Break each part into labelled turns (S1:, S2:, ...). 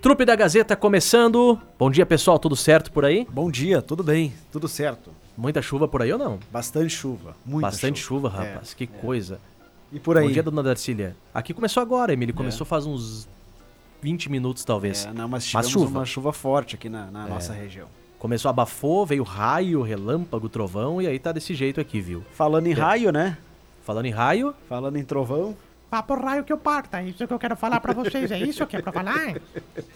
S1: Trupe da Gazeta começando. Bom dia, pessoal, tudo certo por aí?
S2: Bom dia, tudo bem, tudo certo.
S1: Muita chuva por aí ou não?
S2: Bastante chuva, muita
S1: Bastante chuva, rapaz, que coisa.
S2: E por aí?
S1: Bom dia, dona Darcília. Aqui começou agora, Emílio, começou faz uns 20 minutos talvez.
S2: É, não, mas
S1: Mas
S2: tivemos
S1: chuva. É.
S2: uma chuva forte aqui na, na nossa região.
S1: Começou, abafou, veio raio, relâmpago, trovão e aí tá desse jeito aqui, viu?
S2: Falando em raio, né?
S1: Falando em raio,
S2: Falando em trovão.
S3: Papo raio que eu parta, É isso que eu quero falar pra vocês, é isso que é pra falar?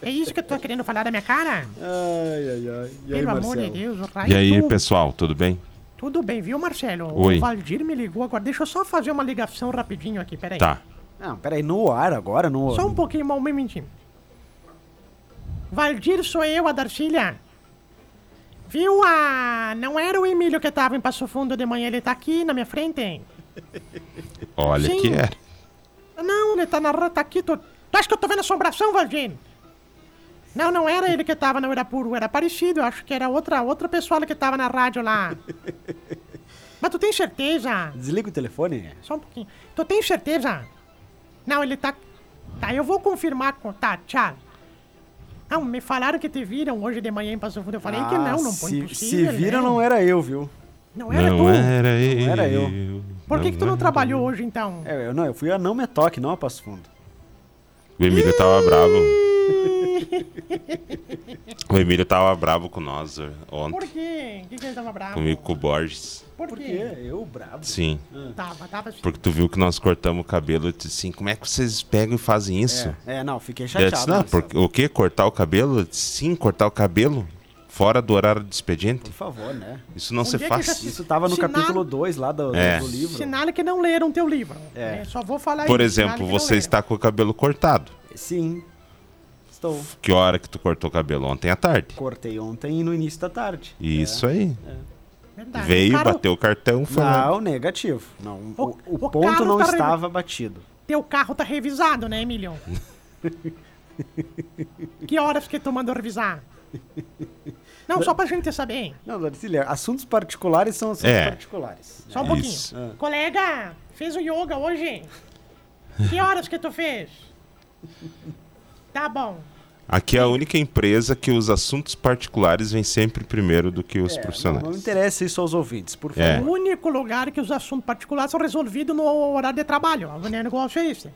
S3: É isso que eu tô querendo falar da minha cara?
S2: Ai, ai, ai. E aí,
S3: Pelo amor de
S2: Marcelo?
S3: Deus, o raio
S4: E aí,
S3: tu-
S4: pessoal, tudo bem?
S3: Tudo bem, viu, Marcelo?
S4: Oi.
S3: O Valdir me ligou agora, deixa eu só fazer uma ligação rapidinho aqui, peraí.
S4: Tá.
S2: Não, peraí, no ar agora, no
S3: Só um pouquinho, mal me mentindo. Valdir, sou eu, a Darcília. Viu? Ah, não era o Emílio que tava em Passo Fundo de manhã, ele tá aqui na minha frente.
S4: Olha
S3: Sim.
S4: que é.
S3: Não, ele tá na rua, tá aqui. Tô... Tu acha que eu tô vendo assombração, Valdir? Não, não era ele que tava na Urapuru, era parecido. Eu acho que era outra, outra pessoa que tava na rádio lá. Mas tu tem certeza?
S2: Desliga o telefone.
S3: Só um pouquinho. Tu tem certeza? Não, ele tá... Tá, eu vou confirmar com... Tá, tchau. Não, me falaram que te viram hoje de manhã em Passo Fundo. Eu falei que não, não foi
S2: Ah, se, se
S3: impossível.
S2: vira,
S3: né?
S2: não é- era eu, viu?
S3: Não era
S4: Não é-
S3: tu?
S4: era eu.
S2: era eu.
S3: Por que que tu não
S4: era
S3: trabalhou hoje, então?
S2: É, eu, não, eu fui a Não Me Toque, não a Passo Fundo.
S4: eu. O Emílio tava bravo. o Emílio tava bravo com nós eh,
S3: Por
S4: ontem.
S3: quê? O que que ele tava bravo?
S4: Comigo com o Borges.
S3: Por,
S2: Por quê?
S3: quê?
S2: Eu, brabo.
S4: Sim.
S3: Tava, tava... assim.
S4: Porque tu viu que nós cortamos o cabelo. Eu disse assim, como é que vocês pegam e fazem isso?
S2: É, é, não, fiquei
S4: Daí eu
S2: chateado.
S4: disse,
S3: né?
S4: não,
S2: Marcelo.
S4: porque, o quê? Cortar o cabelo? Eu disse, Sim, cortar o cabelo. Fora do horário do expediente.
S2: Por favor, né?
S4: Isso não
S3: Onde
S4: se
S3: é que já
S4: faz.
S3: se-
S2: Isso tava no
S3: Sinal-
S2: capítulo 2 lá do,
S4: É.
S2: do livro.
S3: Sinale que não leram teu livro.
S2: É.
S3: É, Só vou falar
S4: Por
S3: isso,
S4: exemplo,
S3: sinale que não é?
S4: você
S3: leram.
S4: está com o cabelo cortado.
S2: Sim. Estou.
S4: Que hora que tu cortou o cabelo? Ontem à tarde.
S3: É.
S2: Cortei ontem no início da tarde.
S4: Isso aí.
S3: Verdade.
S4: Veio,
S3: Cara,
S4: bateu o cartão, foi lá.
S2: É. Não, negativo. Não, o, o
S3: o
S2: ponto
S3: carro
S2: não
S3: tá re-
S2: estava batido.
S3: Teu carro tá revisado, né, Emílio? que horas que tu mandou revisar? Não, só pra gente saber, hein?
S2: Não, Darcília, assuntos particulares são assuntos
S4: É.
S2: particulares.
S3: Só um
S4: Isso. Ah.
S3: pouquinho. Colega, fez o yoga hoje? Que horas que tu fez? Tá bom.
S4: Aqui é a única empresa que os assuntos particulares vêm sempre primeiro do que os
S2: Não, É, não
S4: profissionais.
S2: interessa isso aos ouvintes, por
S4: É.
S3: O
S2: favor.
S3: único lugar que os assuntos particulares são resolvidos no horário de trabalho. O negócio é esse.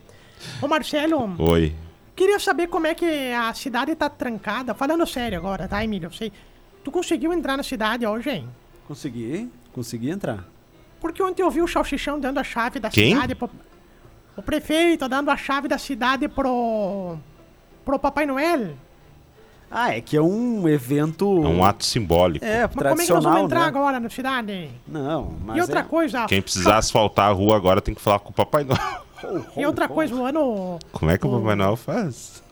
S3: Ô, Marcelo.
S4: Oi.
S3: Queria saber como é que a cidade tá trancada. Falando sério agora, tá, Emílio? Eu sei. Tu conseguiu entrar na cidade hoje, hein?
S2: Consegui, consegui entrar.
S3: Porque ontem eu vi o Salsichão dando a chave da
S4: Quem?
S3: cidade pro... O prefeito dando a chave da cidade pro... Pro Papai Noel.
S2: Ah, é que é um evento.
S4: É um ato simbólico.
S2: É,
S3: Mas como é que nós vamos
S2: tradicional,
S3: entrar
S2: né?
S3: agora na cidade?
S2: Não, mas.
S3: e outra
S2: é...
S3: coisa...
S4: Quem precisar asfaltar a rua agora tem que falar com o Papai Noel.
S2: Ho,
S3: E
S2: ho,
S3: outra
S2: ho.
S3: coisa, o ano...
S4: Como é que o Papai Noel faz?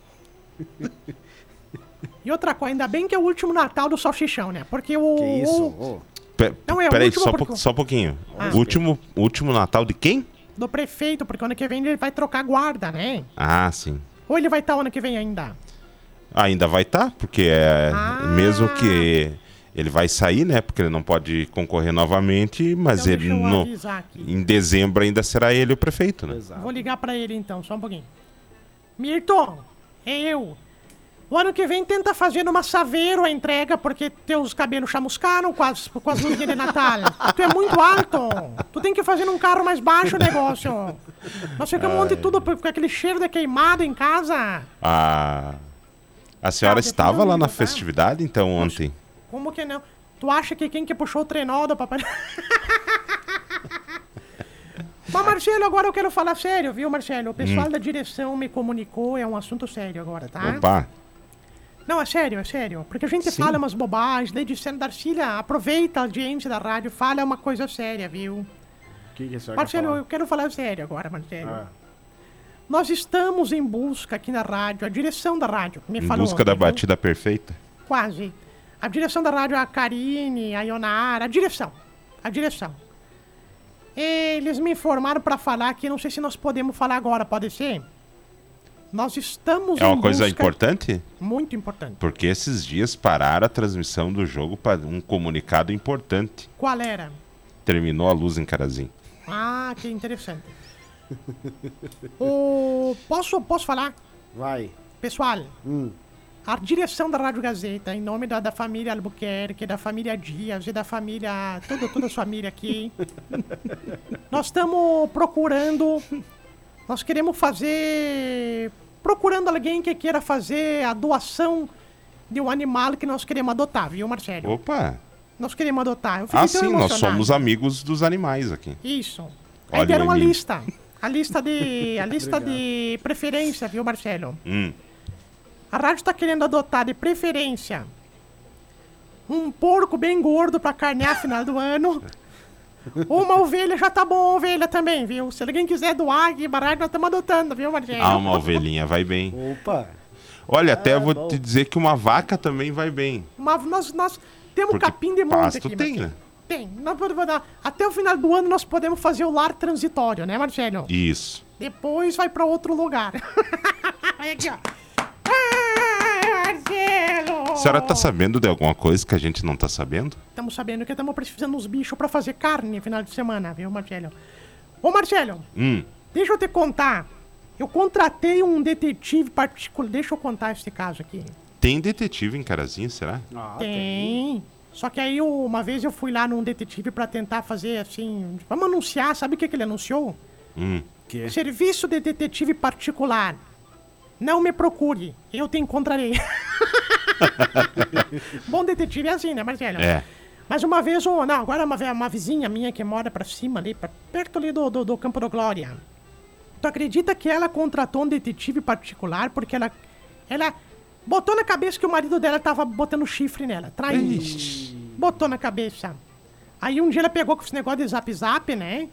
S3: E outra coisa, ainda bem que é o último Natal do Salsichão, né? Porque o...
S2: Que isso? ô.
S4: Pe-
S3: Não, é o
S4: peraí,
S3: último
S4: só,
S3: porque- Ah.
S4: pou- só um pouquinho. Último, último Natal de quem?
S3: Do prefeito, porque ano que vem ele vai trocar guarda, né?
S4: Ah, sim.
S3: Ou ele vai estar ano que vem ainda? Então,
S4: Ainda vai estar, porque é
S3: Ah.
S4: mesmo que ele vai sair, né? Porque ele não pode concorrer novamente, mas
S3: Então
S4: ele
S3: deixa eu
S4: no-
S3: avisar aqui.
S4: em dezembro ainda será ele o prefeito, né?
S2: Oh, Exato.
S3: Vou ligar pra ele então, só um pouquinho. Mirton, é eu. O ano que vem tenta fazer numa saveiro a entrega, porque teus cabelos chamuscaram com as, com as luzinhas de Natal. Tu é muito alto. Tu tem que fazer num carro mais baixo o negócio. Nós ficamos ontem tudo p- com aquele cheiro de queimado em casa.
S4: A, a senhora
S3: Não,
S4: estava lá
S3: definitivamente
S4: na
S3: Ah, não.
S4: festividade, então, ontem?
S3: Como que não? Tu acha que quem que puxou o trenó do papai... Mas, Marcelo, agora eu quero falar sério, viu, Marcelo? O pessoal da direção me comunicou, é um assunto sério agora, tá?
S4: Opa!
S3: Não, é sério, é sério. Porque a gente fala umas bobagens, né? daí disseram, Darcília, aproveita a audiência da rádio, fala uma coisa séria, viu?
S2: O que, que a senhora quer
S3: Marcelo,
S2: falar?
S3: eu quero falar sério agora, Marcelo.
S2: Ah.
S3: Nós estamos em busca aqui na rádio, a direção da rádio me
S4: Em
S3: falou.
S4: busca da
S3: entendeu?
S4: batida perfeita?
S3: Quase. A direção da rádio, a Karine, a Ionara, a direção. A direção. Eles me informaram pra falar que não sei se nós podemos falar agora, pode ser? Nós estamos
S4: É
S3: em
S4: uma coisa
S3: busca-
S4: importante?
S3: Muito importante.
S4: Porque esses dias pararam a transmissão do jogo para um comunicado importante.
S3: Qual era?
S4: Terminou a luz em Carazim.
S3: Ah, que interessante. Ô, posso, posso falar?
S2: Vai. um,
S3: Pessoal, a direção da Rádio Gazeta, em nome da, da família Albuquerque, da família Dias e da família. Toda, toda a sua família aqui. Nós estamos procurando. Nós queremos fazer. Procurando alguém que queira fazer a doação de um animal que nós queremos adotar, viu, Marcelo?
S4: Opa!
S3: Nós queremos adotar. Eu fiquei
S4: Ah,
S3: tão
S4: sim, nós
S3: emocionado.
S4: somos amigos dos animais aqui.
S3: Isso.
S4: Olha
S3: Aí
S4: o
S3: deram uma
S4: Emílio.
S3: lista. A lista de. A lista de preferência, viu, Marcelo?
S4: Hum.
S3: A rádio tá querendo adotar de preferência um porco bem gordo pra carnear final do ano. Uma ovelha já tá bom, ovelha também, viu? Se alguém quiser doar aqui, pra rádio nós estamos adotando, viu, Marcelo?
S4: Ah, uma ovelhinha vai bem.
S2: Opa!
S4: Olha, até vou
S2: bom.
S4: te dizer que uma vaca também vai bem.
S3: Uma- nós, nós temos
S4: Porque
S3: capim um de monte
S4: pasto
S3: aqui,
S4: tem,
S3: Marcelo.
S4: né?
S3: Tem. Nós podemos dar- Até o final do ano nós podemos fazer o lar transitório, né, Marcelo?
S4: Isso.
S3: Depois vai pra outro lugar. Olha aqui, ó. Ah, Marcelo!
S4: A senhora tá sabendo de alguma coisa que a gente não tá sabendo?
S3: Estamos sabendo que estamos precisando uns bichos pra fazer carne no final de semana, viu, Marcelo? Ô, Marcelo,
S4: Hum.
S3: deixa eu te contar. Eu contratei um detetive particular. Deixa eu contar esse caso aqui.
S4: Tem detetive em Carazinho, será?
S2: Ah,
S3: Tem. Só que aí, eu- uma vez eu fui lá num detetive pra tentar fazer assim. Vamos anunciar, sabe o que, que ele anunciou?
S4: Hum.
S2: Que?
S3: Serviço de detetive particular. Não me procure, eu te encontrarei. Bom detetive é assim, né, Marcelo?
S4: É.
S3: Mas uma vez, um, não, agora uma, ve- uma vizinha minha que mora pra cima ali, pra, perto ali do, do, do Campo do Glória. Tu acredita que ela contratou um detetive particular porque ela. Ela botou na cabeça que o marido dela tava botando chifre nela, traindo.
S4: Ixi.
S3: Botou na cabeça. Aí um dia ela pegou com esse negócio de zap zap, né?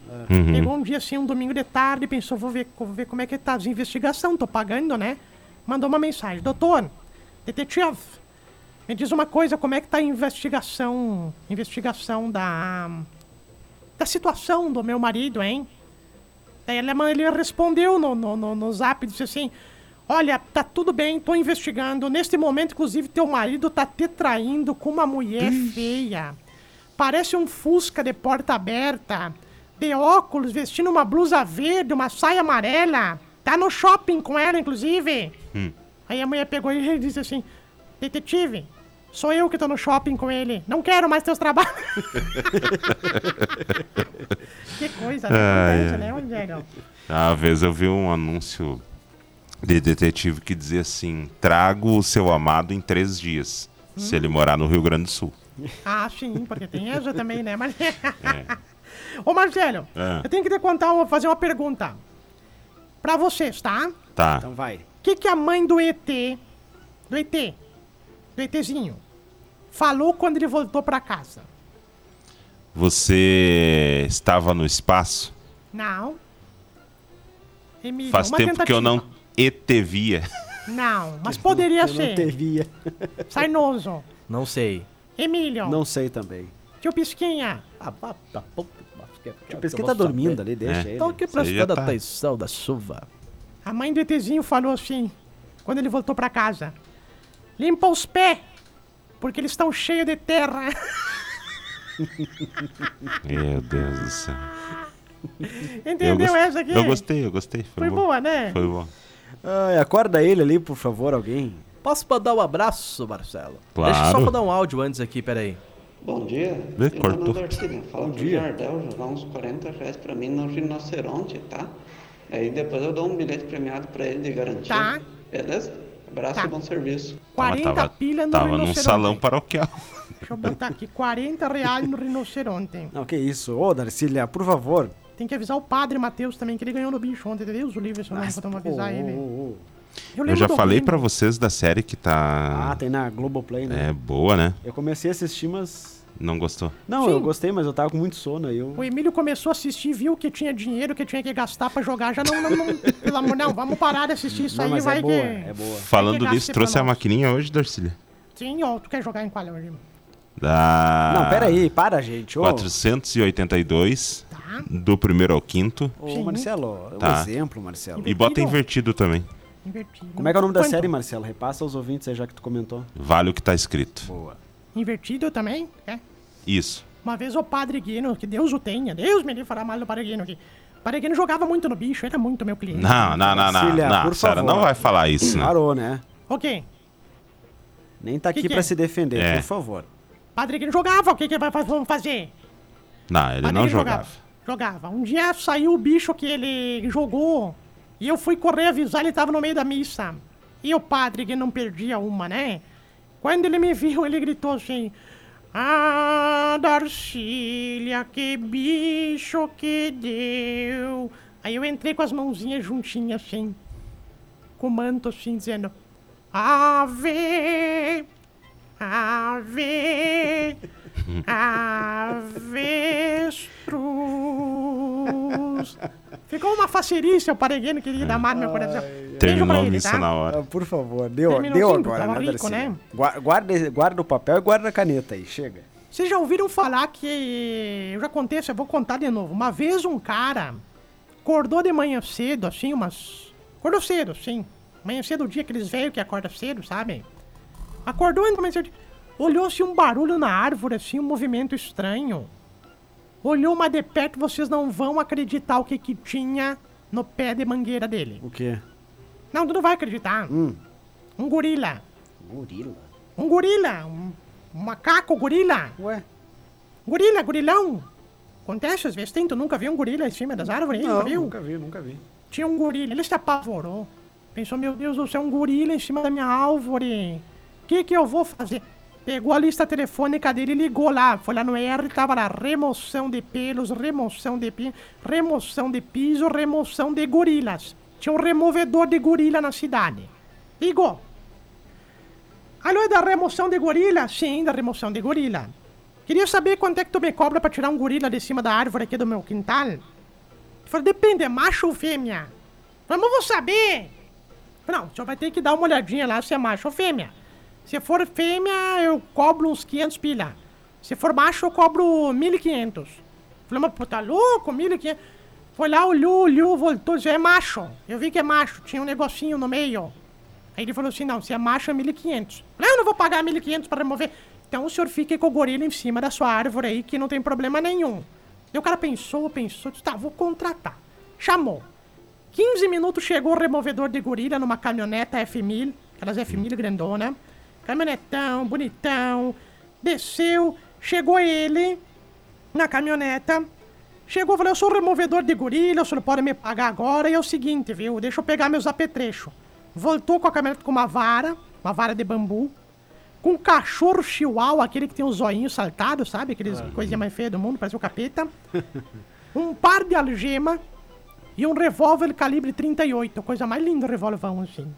S3: Pegou um dia assim, um domingo de tarde, pensou, vou ver, vou ver como é que tá as investigação, tô pagando, né? Mandou uma mensagem, doutor, detetive, me diz uma coisa, como é que tá a investigação, investigação da, da situação do meu marido, hein? Daí ele, ele respondeu no, no, no, no zap, disse assim, olha, tá tudo bem, tô investigando, neste momento, inclusive, teu marido tá te traindo com uma mulher feia. Parece um fusca de porta aberta, de óculos, vestindo uma blusa verde, uma saia amarela. Tá no shopping com ela, inclusive.
S4: Hum.
S3: Aí a mulher pegou ele e disse assim, detetive... Sou eu que tô no shopping com ele. Não quero mais teus trabalhos. que coisa, né?
S4: Ai,
S3: Verdade,
S4: ai.
S3: né, Rogério?
S4: Uma vez eu vi um anúncio de detetive que dizia assim: trago o seu amado em três dias, se ele morar no Rio Grande do Sul.
S3: Ah, sim, porque tem essa também, né, Marcelo? Ô, Marcelo,
S4: Ah.
S3: eu tenho que te contar, uma- fazer uma pergunta. Pra vocês, tá? O
S4: Tá.
S2: Então vai.
S3: que, que a mãe do ET, do ET, do ETzinho, falou quando ele voltou pra casa?
S4: Você estava no espaço?
S3: Não. Emílio,
S4: Faz
S3: é uma
S4: tempo que eu não
S3: tentativa.
S4: etevia.
S3: Não, mas poderia
S2: Eu
S3: ser.
S2: não teria.
S3: Sarnoso.
S1: Não sei.
S3: Emílio,
S2: Não sei também.
S3: tio Pisquinha.
S1: Ah, vá pra puta, mas que- que-
S2: Tipo, esse que
S1: eu
S2: tá
S1: vou
S2: dormindo
S1: saber.
S2: ali, deixa
S4: É.
S2: ele.
S1: Então que
S4: Isso aí já
S1: prestando
S4: tá.
S1: atenção da chuva.
S3: A mãe do ETzinho falou assim, quando ele voltou pra casa: limpa os pés, porque eles estão cheios de terra.
S4: Meu Deus do céu. Eu,
S3: Entendeu
S4: gos-
S3: essa aqui?
S4: eu gostei, eu gostei. Foi,
S3: Foi
S4: bom.
S3: boa, né?
S4: Foi bom.
S2: Ai, acorda ele ali, por favor, alguém.
S1: Posso mandar um abraço, Marcelo?
S4: Claro.
S1: Deixa eu só mandar um áudio antes aqui, peraí.
S5: Bom dia.
S4: Vê,
S5: Meu nome
S4: cortou.
S5: é Darcy, Fala pro Jardel jogar uns 40 reais pra mim no rinoceronte, tá? Aí depois eu dou um bilhete premiado pra ele de garantia.
S3: Tá.
S5: Beleza? Abraço
S3: Tá.
S5: e bom serviço.
S4: Ah, mas
S3: 40 pilha no
S4: tava num
S3: rinoceronte.
S4: salão paroquial.
S3: Deixa eu botar aqui: 40 reais no rinoceronte.
S2: Não, que isso. Ô, Darcília, por favor.
S3: Tem que avisar o padre Matheus também, que ele ganhou no bicho ontem. Deus o livre, se eu não podemos
S2: tá
S3: avisar
S2: Ô,
S3: ele.
S2: ô, ô.
S4: Eu já
S3: do
S4: falei
S3: Rino.
S4: pra vocês da série que
S2: Ah,
S4: tá.
S2: tem na Globoplay, né?
S4: É boa, né?
S2: Eu comecei a assistir, mas.
S4: Não gostou.
S2: Não,
S3: Sim.
S2: eu gostei, mas eu tava com muito sono aí. Eu...
S3: O Emílio começou a assistir, viu que tinha dinheiro, que tinha que gastar pra jogar. Já não, não, não pelo amor, não, vamos parar de assistir isso
S2: Não,
S3: aí,
S2: mas
S3: vai
S2: é boa,
S3: que.
S2: é boa.
S4: Falando
S3: pegar
S4: nisso,
S3: você
S4: trouxe
S3: pra
S4: a
S3: nós.
S4: maquininha hoje, Darcília?
S3: Sim, ó, tu quer jogar em qual hoje?
S4: Da...
S2: Não, pera aí, para, gente. Ô,
S4: 482,
S3: Tá.
S4: do primeiro ao quinto.
S2: ô Marcelo, é um
S4: Tá.
S2: exemplo, Marcelo.
S4: E bota invertido também.
S3: Invertido.
S2: Como é que é o nome da
S3: Quanto?
S2: série, Marcelo? Repassa aos ouvintes aí, já que tu comentou.
S4: Vale o que tá escrito.
S2: Boa.
S3: Invertido também? É.
S4: Isso.
S3: Uma vez o padre Guino, que Deus o tenha, Deus me livre de falar mal do padre Guino aqui. O padre Guino jogava muito no bicho, era muito meu cliente.
S4: Não, não, não, não.
S2: Cília,
S4: não,
S2: por
S4: Sara,
S2: favor.
S4: não vai falar isso, né?
S2: Parou, né?
S3: Ok.
S2: Nem tá aqui
S3: que
S2: pra
S3: é?
S2: se defender,
S4: É.
S2: por favor.
S3: Padre que não jogava, o que, que vai- vamos fazer?
S4: Não, ele
S3: Padre
S4: não
S3: que
S4: jogava.
S3: Jogava. Um dia saiu o bicho que ele jogou e eu fui correr avisar, ele tava no meio da missa. E o padre que não perdia uma, né? Quando ele me viu, ele gritou assim: Ah, Darcília, que bicho que deu. Aí eu entrei com as mãozinhas juntinhas assim, com o manto assim, dizendo: Ave, ave. Avestruz. Ficou uma facerícia o Paregueno queria dar mar no meu coração. Beijo
S4: Terminou
S3: pra
S4: a
S3: ele,
S4: missa
S3: tá?
S4: na hora.
S2: por favor, deu,
S3: Terminou
S2: deu
S3: assim,
S2: agora,
S3: tava
S2: né, Darcy?
S3: rico, né?
S2: Gua- Guarda, guarda o papel e guarda a caneta aí, chega.
S3: Vocês já ouviram falar que. Eu já contei, isso, eu vou contar de novo. Uma vez um cara acordou de manhã cedo, assim, umas. Acordou cedo, sim. Manhã cedo, é o dia que eles velhos que acorda cedo, sabe? Acordou e manhã cedo. Olhou-se um barulho na árvore, assim, um movimento estranho. Olhou mais de perto, vocês não vão acreditar o que, que tinha no pé de mangueira dele.
S2: O quê?
S3: Não, tu não vai acreditar. Um gorila.
S2: Murilo.
S3: Um gorila. Um, um macaco gorila.
S2: Ué?
S3: Gorila, gorilão! Acontece às vezes, tem, tu nunca viu um gorila em cima das árvores?
S2: Não,
S3: nunca viu?
S2: nunca vi, nunca vi.
S3: Tinha um gorila, ele se apavorou. Pensou, meu Deus do céu, um gorila em cima da minha árvore. O que que eu vou fazer? Pegou a lista telefônica dele e ligou lá. Foi lá no R, tava lá, remoção de pelos, remoção de piso, remoção de piso, remoção de gorilas. Tinha um removedor de gorila na cidade. Ligou. Alô, é da remoção de gorila? Sim, da remoção de gorila. Queria saber quanto é que tu me cobra pra tirar um gorila de cima da árvore aqui do meu quintal. Ele falou, depende, é macho ou fêmea? Vamos, vou saber. Eu falei, Não, o senhor vai ter que dar uma olhadinha lá se é macho ou fêmea. Se for fêmea, eu cobro uns 500 pila. Se for macho, eu cobro 1.500. Eu Falei, mas pô, tá louco, 1.500? Foi lá, olhou, olhou, voltou, disse, é macho. Eu vi que é macho, tinha um negocinho no meio. Aí ele falou assim: não, se é macho é 1.500. Não, eu não vou pagar 1.500 para remover. Então o senhor fica com o gorila em cima da sua árvore aí, que não tem problema nenhum. Aí o cara pensou, pensou, disse: tá, vou contratar. Chamou. 15 minutos chegou o removedor de gorila numa caminhoneta F1000, aquelas F1000 grandona. Caminhonetão, bonitão. Desceu, chegou ele na caminhoneta. Chegou e falou: Eu sou removedor de gorila, o senhor pode me pagar agora. E é o seguinte, viu? Deixa eu pegar meus apetrechos. Voltou com a caminhonete com uma vara, uma vara de bambu, com um cachorro chihuahua, aquele que tem os zoinhos saltados, sabe? Aqueles coisinha mais feia do mundo, parece o capeta. um par de algema e um revólver calibre 38. Coisa mais linda o revólverão, assim.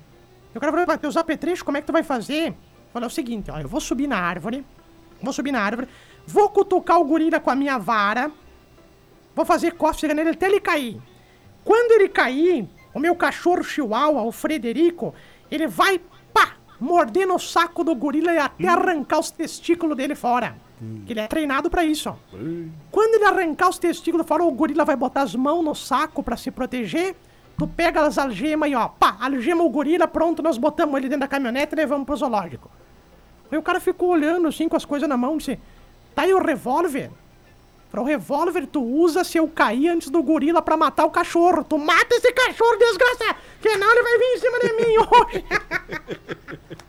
S3: Eu quero falar, teus apetrechos, como é que tu vai fazer? Falei "É o seguinte, ó, eu vou subir na árvore, vou subir na árvore, vou cutucar o gorila com a minha vara, vou fazer cócega nele até ele cair. Quando ele cair, o meu cachorro chihuahua, o Frederico, ele vai, pá, morder no saco do gorila e até arrancar os testículos dele fora. Que ele é treinado pra isso, ó. Quando ele arrancar os testículos fora, o gorila vai botar as mãos no saco pra se proteger. Tu pega as algemas e ó, pá, algema o gorila, pronto, nós botamos ele dentro da caminhonete e levamos pro zoológico. Aí o cara ficou olhando assim com as coisas na mão, disse: Tá aí o revólver? Pra o revólver tu usa se eu cair antes do gorila pra matar o cachorro. Tu mata esse cachorro, desgraçado! Senão ele vai vir em cima de mim hoje!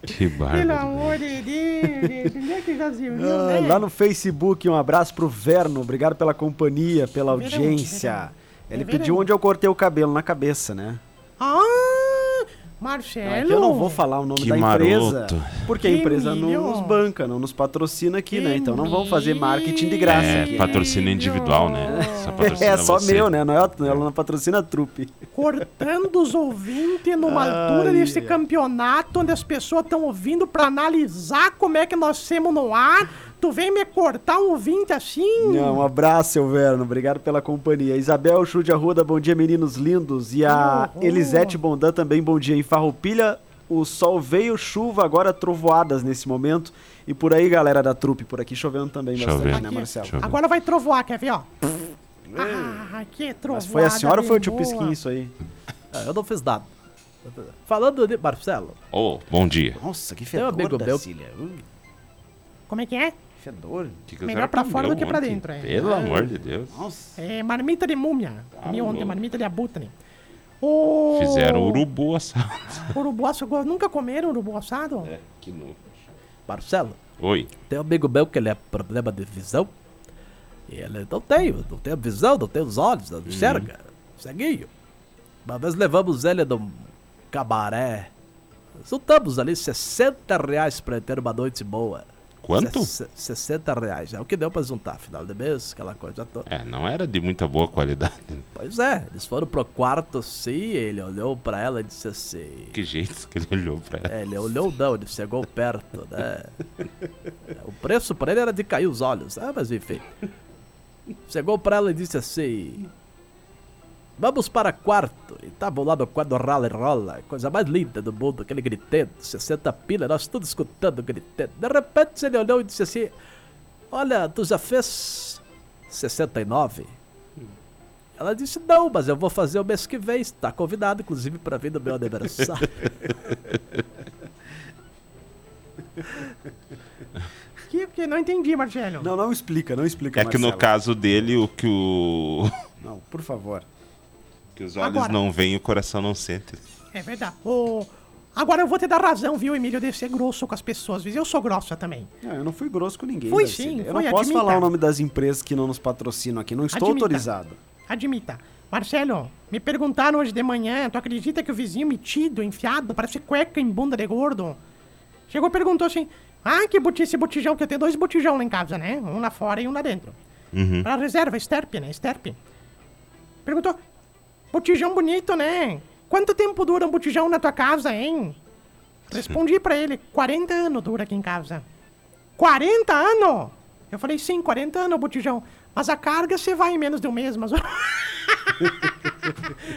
S4: Que
S3: Pelo
S4: barba.
S3: amor de Deus, gente. Onde é que já se viu,
S2: Ah,
S3: né?
S2: lá no Facebook, um abraço pro Verno. Obrigado pela companhia, pela
S3: Verão,
S2: audiência.
S3: verão.
S2: Ele
S3: É
S2: pediu
S3: verão.
S2: onde eu cortei o cabelo, na cabeça, né?
S3: Ah,
S2: É
S3: Marcelo!
S2: que eu não vou falar o nome
S4: Que
S2: da empresa.
S4: maroto.
S2: Porque a
S3: Que
S2: empresa
S3: milho.
S2: não nos banca, não nos patrocina aqui, né? Então não vamos fazer marketing de graça.
S4: É,
S2: aqui.
S4: patrocínio individual, né? Só patrocina
S2: É só
S4: você.
S2: meu, né? Não é, ela não patrocina a trupe.
S3: cortando os ouvintes numa altura desse campeonato onde as pessoas estão ouvindo pra analisar como é que nós temos no ar. Tu vem me cortar um ouvinte assim?
S2: Não, um abraço, seu Verno. Obrigado pela companhia. Isabel Chu de Arruda, bom dia, meninos lindos. E a
S3: Uhul.
S2: Elisete Bondan também, bom dia. Em Farroupilha, o sol veio, chuva, agora trovoadas nesse momento. E por aí, galera da trupe, por aqui chovendo também bastante,
S4: Chovendo.
S2: né, Marcelo?
S4: Chovendo.
S3: Agora vai trovoar, quer ver, ó? Ah, que trovoada.
S2: Mas foi a senhora ou foi o
S3: bem
S2: tio
S3: boa.
S2: Pisquinho isso aí?
S1: É, eu não fiz nada. Falando de Marcelo,
S4: Ô, bom dia.
S2: Nossa, que
S1: Não, amigo, meu-
S2: Cília. Hum,
S3: Como é que é?
S2: fedor.
S4: Que que
S3: Melhor
S4: eu
S3: pra
S4: quero
S3: fora
S4: comer
S3: do que pra
S4: ontem?
S3: dentro, é.
S4: Pelo amor de Deus.
S2: Nossa.
S3: É marmita de múmia.
S2: Ah,
S3: Comi
S4: louco.
S3: ontem, marmita de abutre. Ô,
S4: Fizeram urubu assado.
S3: Urubu assado. Nunca comeram urubu assado?
S4: É, que louco.
S1: Marcelo,
S4: Oi.
S1: tem um amigo meu que ele é problema de visão. E ele não tem, não tem a visão, não tem os olhos, não enxerga. Ceguinho. Uma vez levamos ele num cabaré. Juntamos ali 60 reais pra ele ter uma noite boa.
S4: Quanto?
S1: Se- 60 reais. É o que deu pra juntar, final de mês, aquela coisa toda.
S4: É, não era de muita boa qualidade.
S1: Pois é, eles foram pro quarto assim, ele olhou pra ela e disse assim.
S4: Que jeito que ele olhou pra ela.
S1: É, ele olhou não, ele chegou perto, né? O preço pra ele era de cair os olhos, ah, mas enfim. Chegou pra ela e disse assim: Vamos para quarto. E estavam lá no quadro rala e rola, coisa mais linda do mundo, aquele gritando, 60 pila, nós todos escutando o gritando. De repente ele olhou e disse assim: Olha, tu já fez 69? Ela disse: Não, mas eu vou fazer o mês que vem. Está convidado, inclusive, para vir no meu aniversário.
S3: Que, que não entendi, Marcelo.
S2: Não, não explica, não explica.
S4: É que no
S2: Marcelo.
S4: caso dele, o que o.
S2: Não, por favor.
S4: Que os olhos
S3: Agora.
S4: não veem e o coração não sente.
S3: É verdade. Ô, Agora eu vou te dar razão, viu, Emílio, de ser grosso com as pessoas. Às vezes Eu sou grossa também.
S2: Não, eu não fui grosso com ninguém.
S3: Fui
S2: Darcy.
S3: sim,
S2: Eu não
S3: fui,
S2: posso
S3: admita.
S2: falar o nome das empresas que não nos patrocinam aqui. Não estou
S3: Admita.
S2: autorizado.
S3: Admita. Marcelo, me perguntaram hoje de manhã, tu acredita que o vizinho metido, enfiado, parece cueca em bunda de gordo? Chegou e perguntou assim, ah, que botijão, esse botijão, que eu tenho dois botijão lá em casa, né? Um lá fora e um lá dentro. Pra reserva, esterpe, né? Esterpe. Perguntou, botijão bonito, né? Quanto tempo dura um botijão na tua casa, hein? Respondi pra ele, 40 anos dura aqui em casa. 40 anos? Eu falei, sim, 40 anos, botijão. Mas a carga você vai em menos de um mês, mas...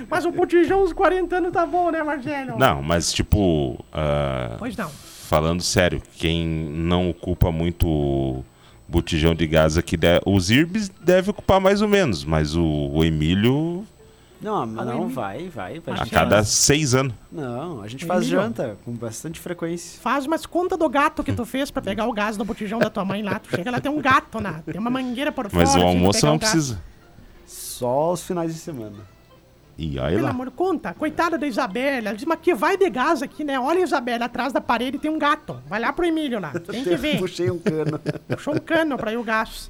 S3: mas o botijão, uns 40 anos tá bom, né, Marcelo?
S4: Não, mas tipo. ah,
S3: Pois não.
S4: Falando sério, quem não ocupa muito o botijão de gás aqui, de... os IRBs deve ocupar mais ou menos, mas o, o Emílio
S2: Não, mas
S3: Além
S2: não
S3: de-
S2: vai, vai. vai
S3: A
S4: a
S2: gente-
S4: cada seis anos.
S2: Não, a gente faz
S3: Emílio.
S2: janta com bastante frequência.
S3: Faz umas contas do gato que tu fez pra pegar o gás do botijão da tua mãe lá. Tu chega lá, tem um gato na. Tem uma mangueira por fora.
S4: Mas o
S3: tem que
S4: almoço
S3: pegar
S4: não
S3: o gato.
S4: precisa.
S2: Só os finais de semana.
S4: E olha
S3: Pelo
S4: lá.
S3: amor, conta. Coitada da Isabela. Ela diz, mas que vai de gás aqui, né? Olha, Isabela, atrás da parede tem um gato. Vai lá pro Emílio lá. Tem que
S2: Eu
S3: ver.
S2: puxei um cano.
S3: Puxou um cano pra ir o gás.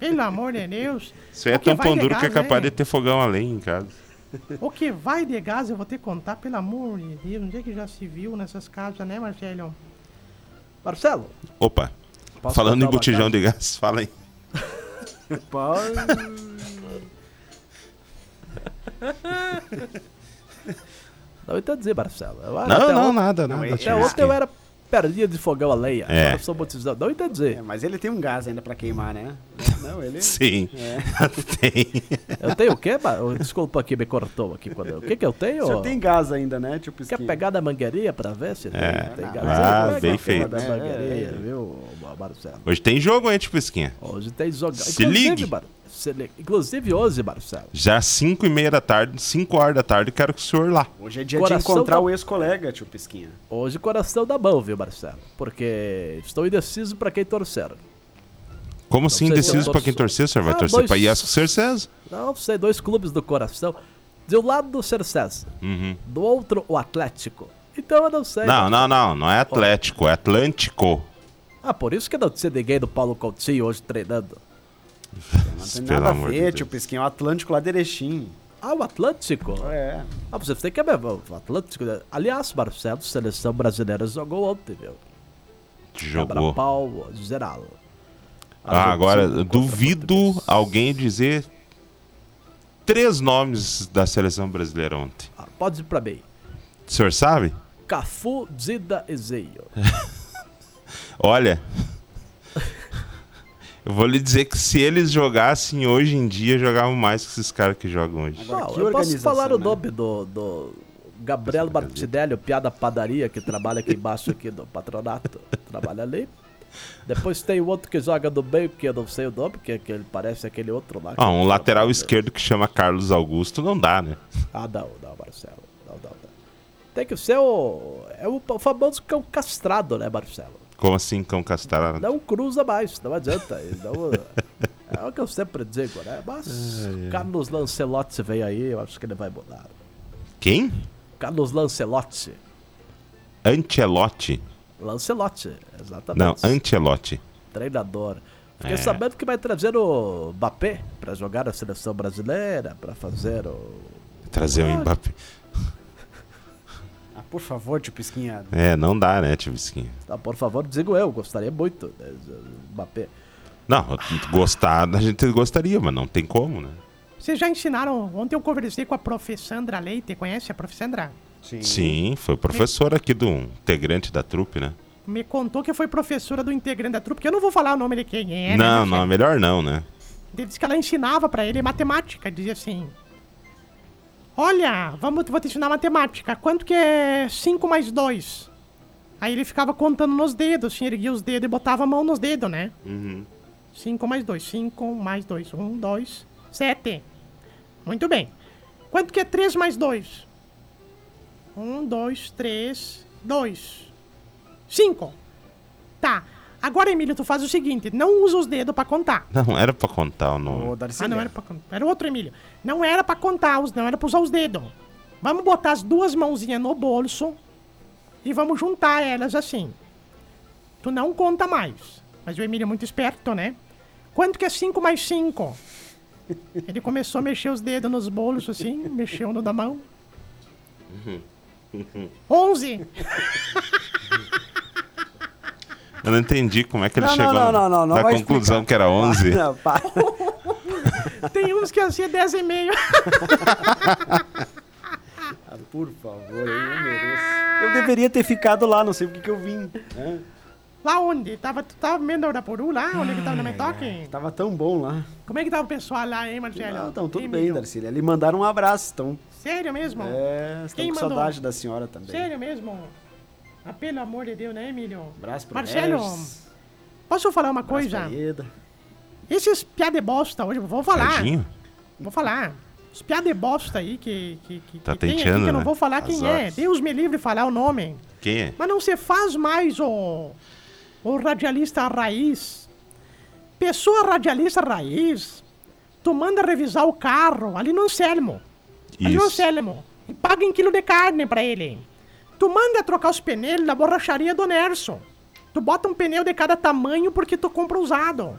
S3: Pelo amor de Deus.
S4: Isso aí é
S3: O que
S4: tão
S3: vai
S4: pão
S3: de
S4: duro que é
S3: gás,
S4: capaz
S3: né?
S4: de ter fogão além em casa.
S3: O que vai de gás, eu vou ter que contar, pelo amor de Deus. Onde é que já se viu nessas casas, né, Marcelo?
S1: Marcelo,
S4: Opa,
S1: Posso
S4: falando
S1: contar
S4: em
S1: uma
S4: botijão de gás, fala aí.
S2: Pau.
S1: Não entendi, Marcelo. Eu era
S4: Não,
S1: Ah, até
S4: não,
S1: ontem-
S4: nada, nada.
S2: é
S1: Até
S4: Tio
S1: ontem eu
S4: Esquerdo.
S1: era perninha de fogão a lenha.
S4: É.
S1: Agora eu sou botizado. Não entendi.
S2: É, mas ele tem um gás ainda pra queimar, né? Não, ele.
S4: Sim,
S1: É.
S4: tem.
S1: Eu tenho o quê? ma- oh, Desculpa que me cortou aqui. Quando eu... O que que eu tenho?
S2: O senhor tem gás ainda, né, tio
S1: Quer
S2: Pisquinha?
S1: pegar da mangueirinha pra ver se tem-
S4: É.
S1: tem
S4: Ah,
S1: gás?
S4: bem
S1: Pega a
S4: feito.
S1: da mangueirinha,
S2: É.
S1: viu, Marcelo?
S4: Hoje tem jogo, hein, tipo Tio Pesquinha?
S1: Hoje tem jogado.
S4: Se ligue.
S1: Mar- se ligue. Inclusive hoje, Marcelo.
S4: Já 5 e meia da tarde, 5 horas da tarde, quero que o senhor lá.
S2: Hoje é dia de
S1: Coração
S2: encontrar
S1: da-
S2: o ex-colega, tio Pisquinha.
S1: Hoje coração da mão, viu, Marcelo? Porque estou indeciso pra quem torcer.
S4: Como
S1: sei
S4: assim,
S1: se
S4: indeciso
S1: eu
S4: pra
S1: torço.
S4: quem torcer, o senhor vai
S1: Ah,
S4: torcer
S1: dois-
S4: pra Iasco Cercesa?
S1: Não sei, dois clubes do coração. De um lado o Cercés,
S4: Uhum.
S1: do outro o Atlético. Então eu não sei.
S4: Não, não, não, não é Atlético, é Atlântico.
S1: Ah, por isso que não tinha ninguém do Paulo Coutinho hoje treinando.
S2: Não tem
S4: Pelo
S2: nada a
S4: amor de
S2: ver,
S4: Deus.
S2: tio
S1: tipo,
S2: Pisquinha. é O Atlântico lá de Erechim.
S1: Ah, o Atlântico?
S2: É.
S1: Ah, você tem que ver o Atlântico. né? Aliás, Marcelo, seleção brasileira jogou ontem, viu?
S4: Jogou.
S1: Pau, geral.
S4: Ah, agora,
S1: Argentina contra
S4: duvido
S1: Portugal.
S4: alguém dizer três nomes da seleção brasileira ontem.
S1: Ah, pode ir pra mim.
S4: O senhor sabe?
S1: Cafu, Dida e Zeio.
S4: Olha, eu vou lhe dizer que se eles jogassem hoje em dia, jogavam mais que esses caras que jogam hoje.
S2: Agora,
S1: Não,
S2: que
S1: eu posso
S2: organização,
S1: falar o
S2: né?
S1: nome do, do Gabriel Martinelli, o piada padaria, que trabalha aqui embaixo aqui do patronato. Trabalha ali. Depois tem o outro que joga no meio, que eu não sei o nome, que, que ele parece aquele outro lá. que-
S4: Ah, um lateral esquerdo que chama Carlos Augusto não dá, né?
S1: Ah, não, não, Marcelo. Não, não, não. Tem que ser o... É o famoso cão castrado, né, Marcelo?
S4: Como assim, cão castrado?
S1: Não cruza mais, não adianta. ele não- é o que eu sempre digo, né? Mas Carlos Lancelotti veio aí, eu acho que ele vai mudar.
S4: Quem?
S1: Carlos Lancelotti.
S4: Ancelotti.
S1: Lancelotti, exatamente.
S4: Não, Ancelotti.
S1: Treinador. Fiquei
S4: É.
S1: sabendo que vai trazer o Mbappé pra jogar na seleção brasileira, pra fazer o.
S4: Trazer o Mbappé.
S2: Ah, por favor, tio Pisquinha.
S4: É, não dá, né, tio Visquinha?
S1: Ah, por favor, digo eu, gostaria muito. né, do Mbappé.
S4: Não, gostar, a gente gostaria, mas não tem como, né?
S3: Vocês já ensinaram? Ontem eu conversei com a prof. Sandra Leite, conhece a prof. Sandra?
S4: Sim, foi professor aqui do integrante da trupe, né?
S3: Me contou que foi professora do integrante da trupe, porque eu não vou falar o nome de quem é. né,
S4: não,
S3: meu
S4: não,
S3: chefe?
S4: melhor não, né?
S3: Ele disse que ela ensinava pra ele matemática, dizia assim... Olha, vamos, vou te ensinar matemática. Quanto que é 5 mais 2? Aí ele ficava contando nos dedos, assim, erguia os dedos e botava a mão nos dedos, né? 5 mais 2, 5 mais 2, 1, 2, 7. Muito bem. Quanto que é 3 mais Um, 2? 1, 2, 3, 2. 5. Tá. Agora, Emílio, tu faz o seguinte: não usa os dedos pra contar.
S4: Não, era pra contar o
S2: Ô,
S4: nome.
S2: Darcy
S3: Ah, não
S2: Guerra.
S3: era pra contar. Era o outro Emílio. Não era pra contar, os- não era pra usar os dedos. Vamos botar as duas mãozinhas no bolso e vamos juntar elas assim. Tu não conta mais. Mas o Emílio é muito esperto, né? Quanto que é 5 mais 5? Ele começou a mexer os dedos nos bolsos assim, mexeu no da mão. 11!
S4: Eu não entendi como é que ele
S2: Não, não,
S4: chegou
S2: não, não, não, não
S4: na
S2: vai
S4: conclusão
S2: explicar.
S4: que era 11.
S2: Não, para.
S3: Tem uns que assim é 10 e meio.
S2: Ah, Por favor, eu não mereço. Eu deveria ter ficado lá, não sei porque que eu vim. né?
S3: Lá onde? Tava, tu tava vendo a Urapuru lá? Onde que tava no Metoque?
S2: Tava tão bom lá.
S3: Como é que tava o pessoal lá, hein, Marcelo?
S2: Não, então, tudo bem,
S3: Emílio?
S2: Darcy. Ele mandaram um abraço. Estão
S3: Sério mesmo?
S2: é, estão
S3: Quem
S2: com
S3: mandou?
S2: saudade da senhora também.
S3: Sério mesmo? Ah, pelo amor de Deus, né, Emílio?
S2: Abraço pro
S3: Marcelo,
S2: Regis,
S3: posso falar uma
S2: abraço
S3: coisa?
S2: pra Ieda.
S3: Esses piá de bosta hoje, vou falar.
S4: Tadinho?
S3: Vou falar. Os piá de bosta aí que, que, que,
S4: Tá
S3: que tem aqui,
S4: tenteando,
S3: que eu não
S4: né?
S3: vou falar quem
S4: Azar.
S3: é. Deus me livre de falar o nome.
S4: Quem é?
S3: Mas não se faz mais o, o radialista raiz. Pessoa radialista raiz, tu manda revisar o carro ali no Anselmo. Ali no
S4: Isso.
S3: Anselmo. E paga em quilo de carne pra ele. Tu manda trocar os pneus na borracharia do Nerson. Tu bota um pneu de cada tamanho porque tu compra usado.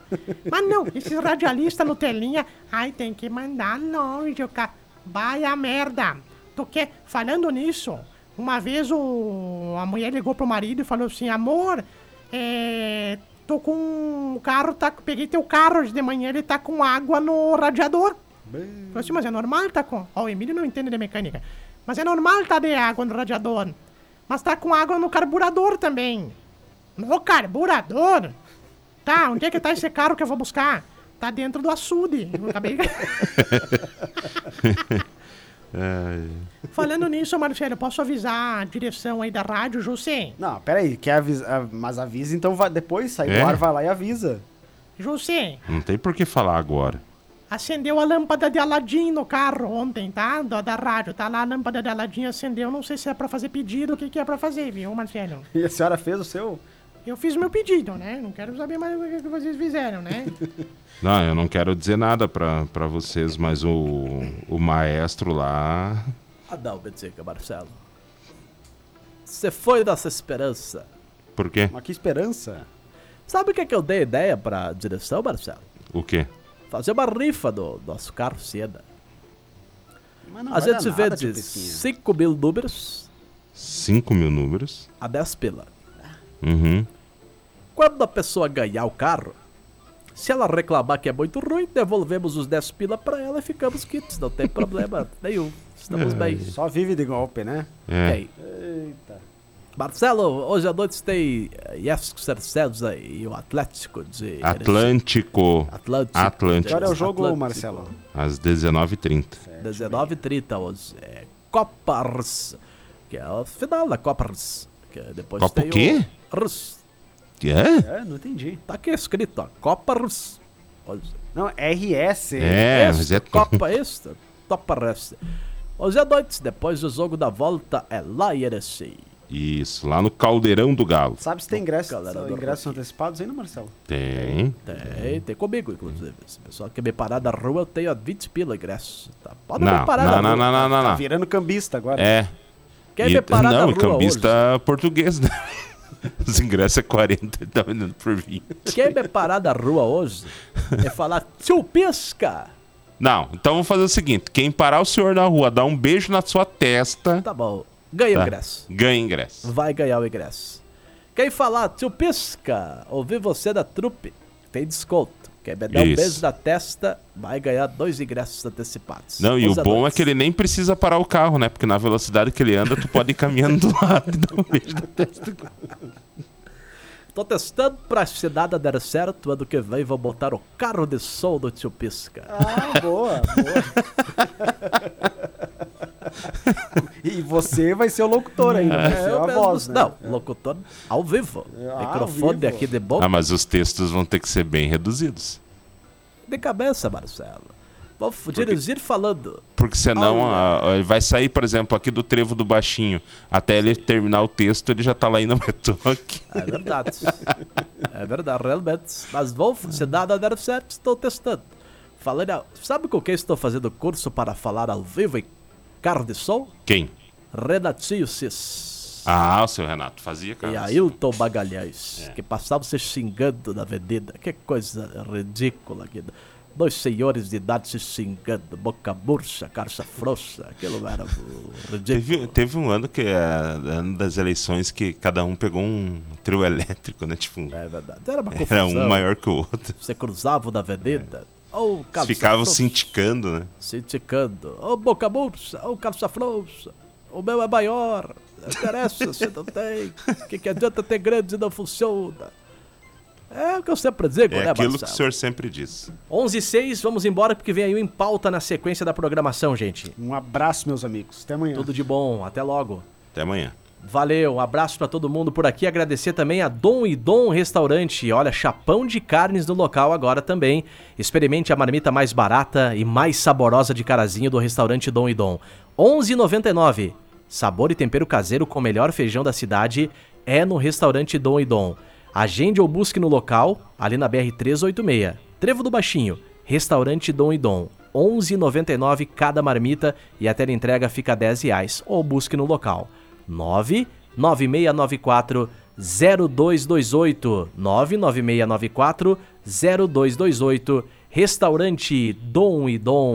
S3: Mas não, esses radialistas no telinha, ai, tem que mandar longe o cara. Vai a merda. Tu quer, falando nisso, uma vez o, a mulher ligou pro marido e falou assim, amor, é, tô com o carro, tá, peguei teu carro hoje de manhã, ele tá com água no radiador. Falei assim, mas é normal tá com. Ó, o Emílio não entende de mecânica. Mas é normal tá de água no radiador. Mas tá com água no carburador também. No carburador? Tá, onde é que tá esse carro que eu vou buscar? Tá dentro do açude. Eu acabei.
S4: É,
S3: Falando nisso, Marcelo, posso avisar a direção aí da rádio, Jussi?
S2: Não, peraí, quer avisar? Mas avisa, então vai, depois sai
S4: É?
S2: do ar, vai lá e avisa.
S3: Jussi,
S4: não tem por que falar agora.
S3: acendeu a lâmpada de Aladim no carro ontem, tá? Da, da rádio. Tá lá a lâmpada de Aladim acendeu. Não sei se é pra fazer pedido, o que, que é pra fazer, viu, Marcelo?
S2: E a senhora fez o seu?
S3: Eu fiz meu pedido, né? Não quero saber mais o que que vocês fizeram, né?
S4: Não, eu não quero dizer nada pra, pra vocês, mas o, o maestro lá.
S1: Ah, não, Benzica, Marcelo. Você foi nossa esperança.
S4: Por quê?
S2: Mas que esperança.
S1: Sabe o que, que eu dei ideia pra direção, Marcelo?
S4: O quê?
S1: Fazer uma rifa do nosso carro Siena.
S2: Mas não
S1: a
S2: vai
S1: gente
S2: dar nada,
S1: vende
S2: tipo assim, tio Pisquinha.
S1: 5 mil números
S4: 5 mil números.
S1: a 10 pila.
S4: Uhum.
S1: Quando a pessoa ganhar o carro, se ela reclamar que é muito ruim, devolvemos os 10 pila pra ela e ficamos quites. Não tem problema nenhum. Estamos bem.
S2: Só vive de golpe, né?
S4: É.
S1: Bem,
S2: Eita.
S1: Marcelo, hoje à noite tem eh, Yes Cercesa e o Atlético de
S4: Atlântico.
S1: Atlântico.
S4: Atlântico.
S2: Que hora é o jogo,
S1: Atlântico.
S2: Marcelo?
S4: Às 19h30.
S1: 19h30 hoje. É Copa Rus, que é o final da Copa Rus. Que depois
S4: Copa
S1: tem
S4: o quê?
S1: Rus.
S4: É?
S2: É, não entendi.
S1: Tá aqui escrito, ó. Copa Rus. Hoje.
S2: Não, RS.
S4: É,
S1: Esta
S4: mas é.
S1: Copa esta, Copa Rus. Hoje à noite, depois do jogo da volta, é lá em Erechim.
S4: Isso, lá no Caldeirão do Galo.
S2: Sabe se tem ingresso,
S1: Galera do
S2: ingressos antecipados ainda, Marcelo?
S4: Tem.
S1: Tem, tem comigo, inclusive. Se o pessoal quer me parar da rua, eu tenho ó, 20 pila ingresso. Tá? Pode
S4: Não,
S1: me parar da
S4: não, não,
S1: rua.
S4: não, não, não,
S2: Tá
S4: não.
S2: virando cambista agora.
S4: É.
S1: Quer
S4: E-
S1: me parar da
S4: não,
S1: rua
S4: cambista português, né?
S1: hoje?
S4: Os ingressos é 40, ele tá vendendo por 20.
S1: Quem me parar da rua hoje é falar, seu pisca!
S4: Não, então vamos fazer o seguinte: quem parar o senhor na rua, dá um beijo na sua testa,
S1: Tá bom, ganha o
S4: tá?
S1: ingresso.
S4: ganha ingresso.
S1: Vai ganhar o ingresso. Quem falar, seu pisca, ouvir você da trupe, tem desconto. Quem me dar um
S4: Isso.
S1: beijo na testa, vai ganhar dois ingressos antecipados.
S4: Não, e o
S1: Usa
S4: bom é
S1: dois.
S4: que ele nem precisa parar o carro, né? Porque na velocidade que ele anda, tu pode ir caminhando do lado e dar um beijo
S1: Tá
S4: na testa.
S1: Tô testando pra se nada der certo, ano que vem vou botar o carro de som do tio Pisca.
S2: Ah, boa, boa. e você vai ser o locutor ainda, vai ser
S1: É, Eu
S2: é. a
S1: mesmo-
S2: voz, né? É,
S1: Não, locutor ao vivo.
S2: Ao
S1: Microfone
S2: vivo.
S1: aqui de boca
S4: Ah, mas os textos vão ter que ser bem reduzidos.
S1: de cabeça, Marcelo. Vou f- dirigir falando.
S4: Porque senão a- a- ele vai sair, por exemplo, aqui do trevo do baixinho. Até ele terminar o texto, ele já tá lá indo no retoque.
S1: É verdade. é verdade, realmente. Mas vou, se nada der certo, estou testando. Falando, ao- sabe com quem estou fazendo curso para falar ao vivo em carro de som?
S4: Quem?
S1: Renatinho Cis.
S4: Ah, É. o seu Renato fazia, cara.
S1: E Ailton Magalhães, que passavam se xingando na avenida. Que coisa ridícula, Guido. Dois senhores de idade se xingando, boca murcha, carça frouxa. Aquilo era uh,
S4: Teve,
S1: ridículo.
S4: teve um ano que é, ano das eleições que cada um pegou um trio elétrico, né? Tipo,
S1: É verdade. Era uma confusão.
S4: era um maior que o outro.
S1: Você cruzava na avenida. Ou
S4: Eles
S1: calça
S4: ficavam
S1: frouxa,
S4: se indicando, né?
S1: se indicando. Ou boca murcha, ou calça frouxa. O meu é maior. Não interessa se não tem. O que, que adianta ter grande e não funciona? É o que eu sempre digo,
S4: É
S1: né,
S4: aquilo que o
S1: Marcelo?
S4: senhor sempre diz.
S6: 11 e 6, vamos embora porque vem aí o Em Pauta na sequência da programação, gente.
S2: Um abraço, meus amigos. Até amanhã.
S6: Tudo de bom, até logo.
S4: Até amanhã.
S6: Valeu, um abraço pra todo mundo por aqui. Agradecer também a Dom e Dom Restaurante. Olha, chapão de carnes no local agora também. Experimente a marmita mais barata e mais saborosa de carazinho do restaurante Dom e Dom. 11,99. Sabor e tempero caseiro com o melhor feijão da cidade é no restaurante Dom e Dom. Agende ou busque no local, ali na BR 386. Trevo do Baixinho, restaurante Dom e Dom. 11,99 cada marmita e a entrega fica R$ 10 reais ou busque no local. 99694 0228 99694 0228 Restaurante Dom e Dom.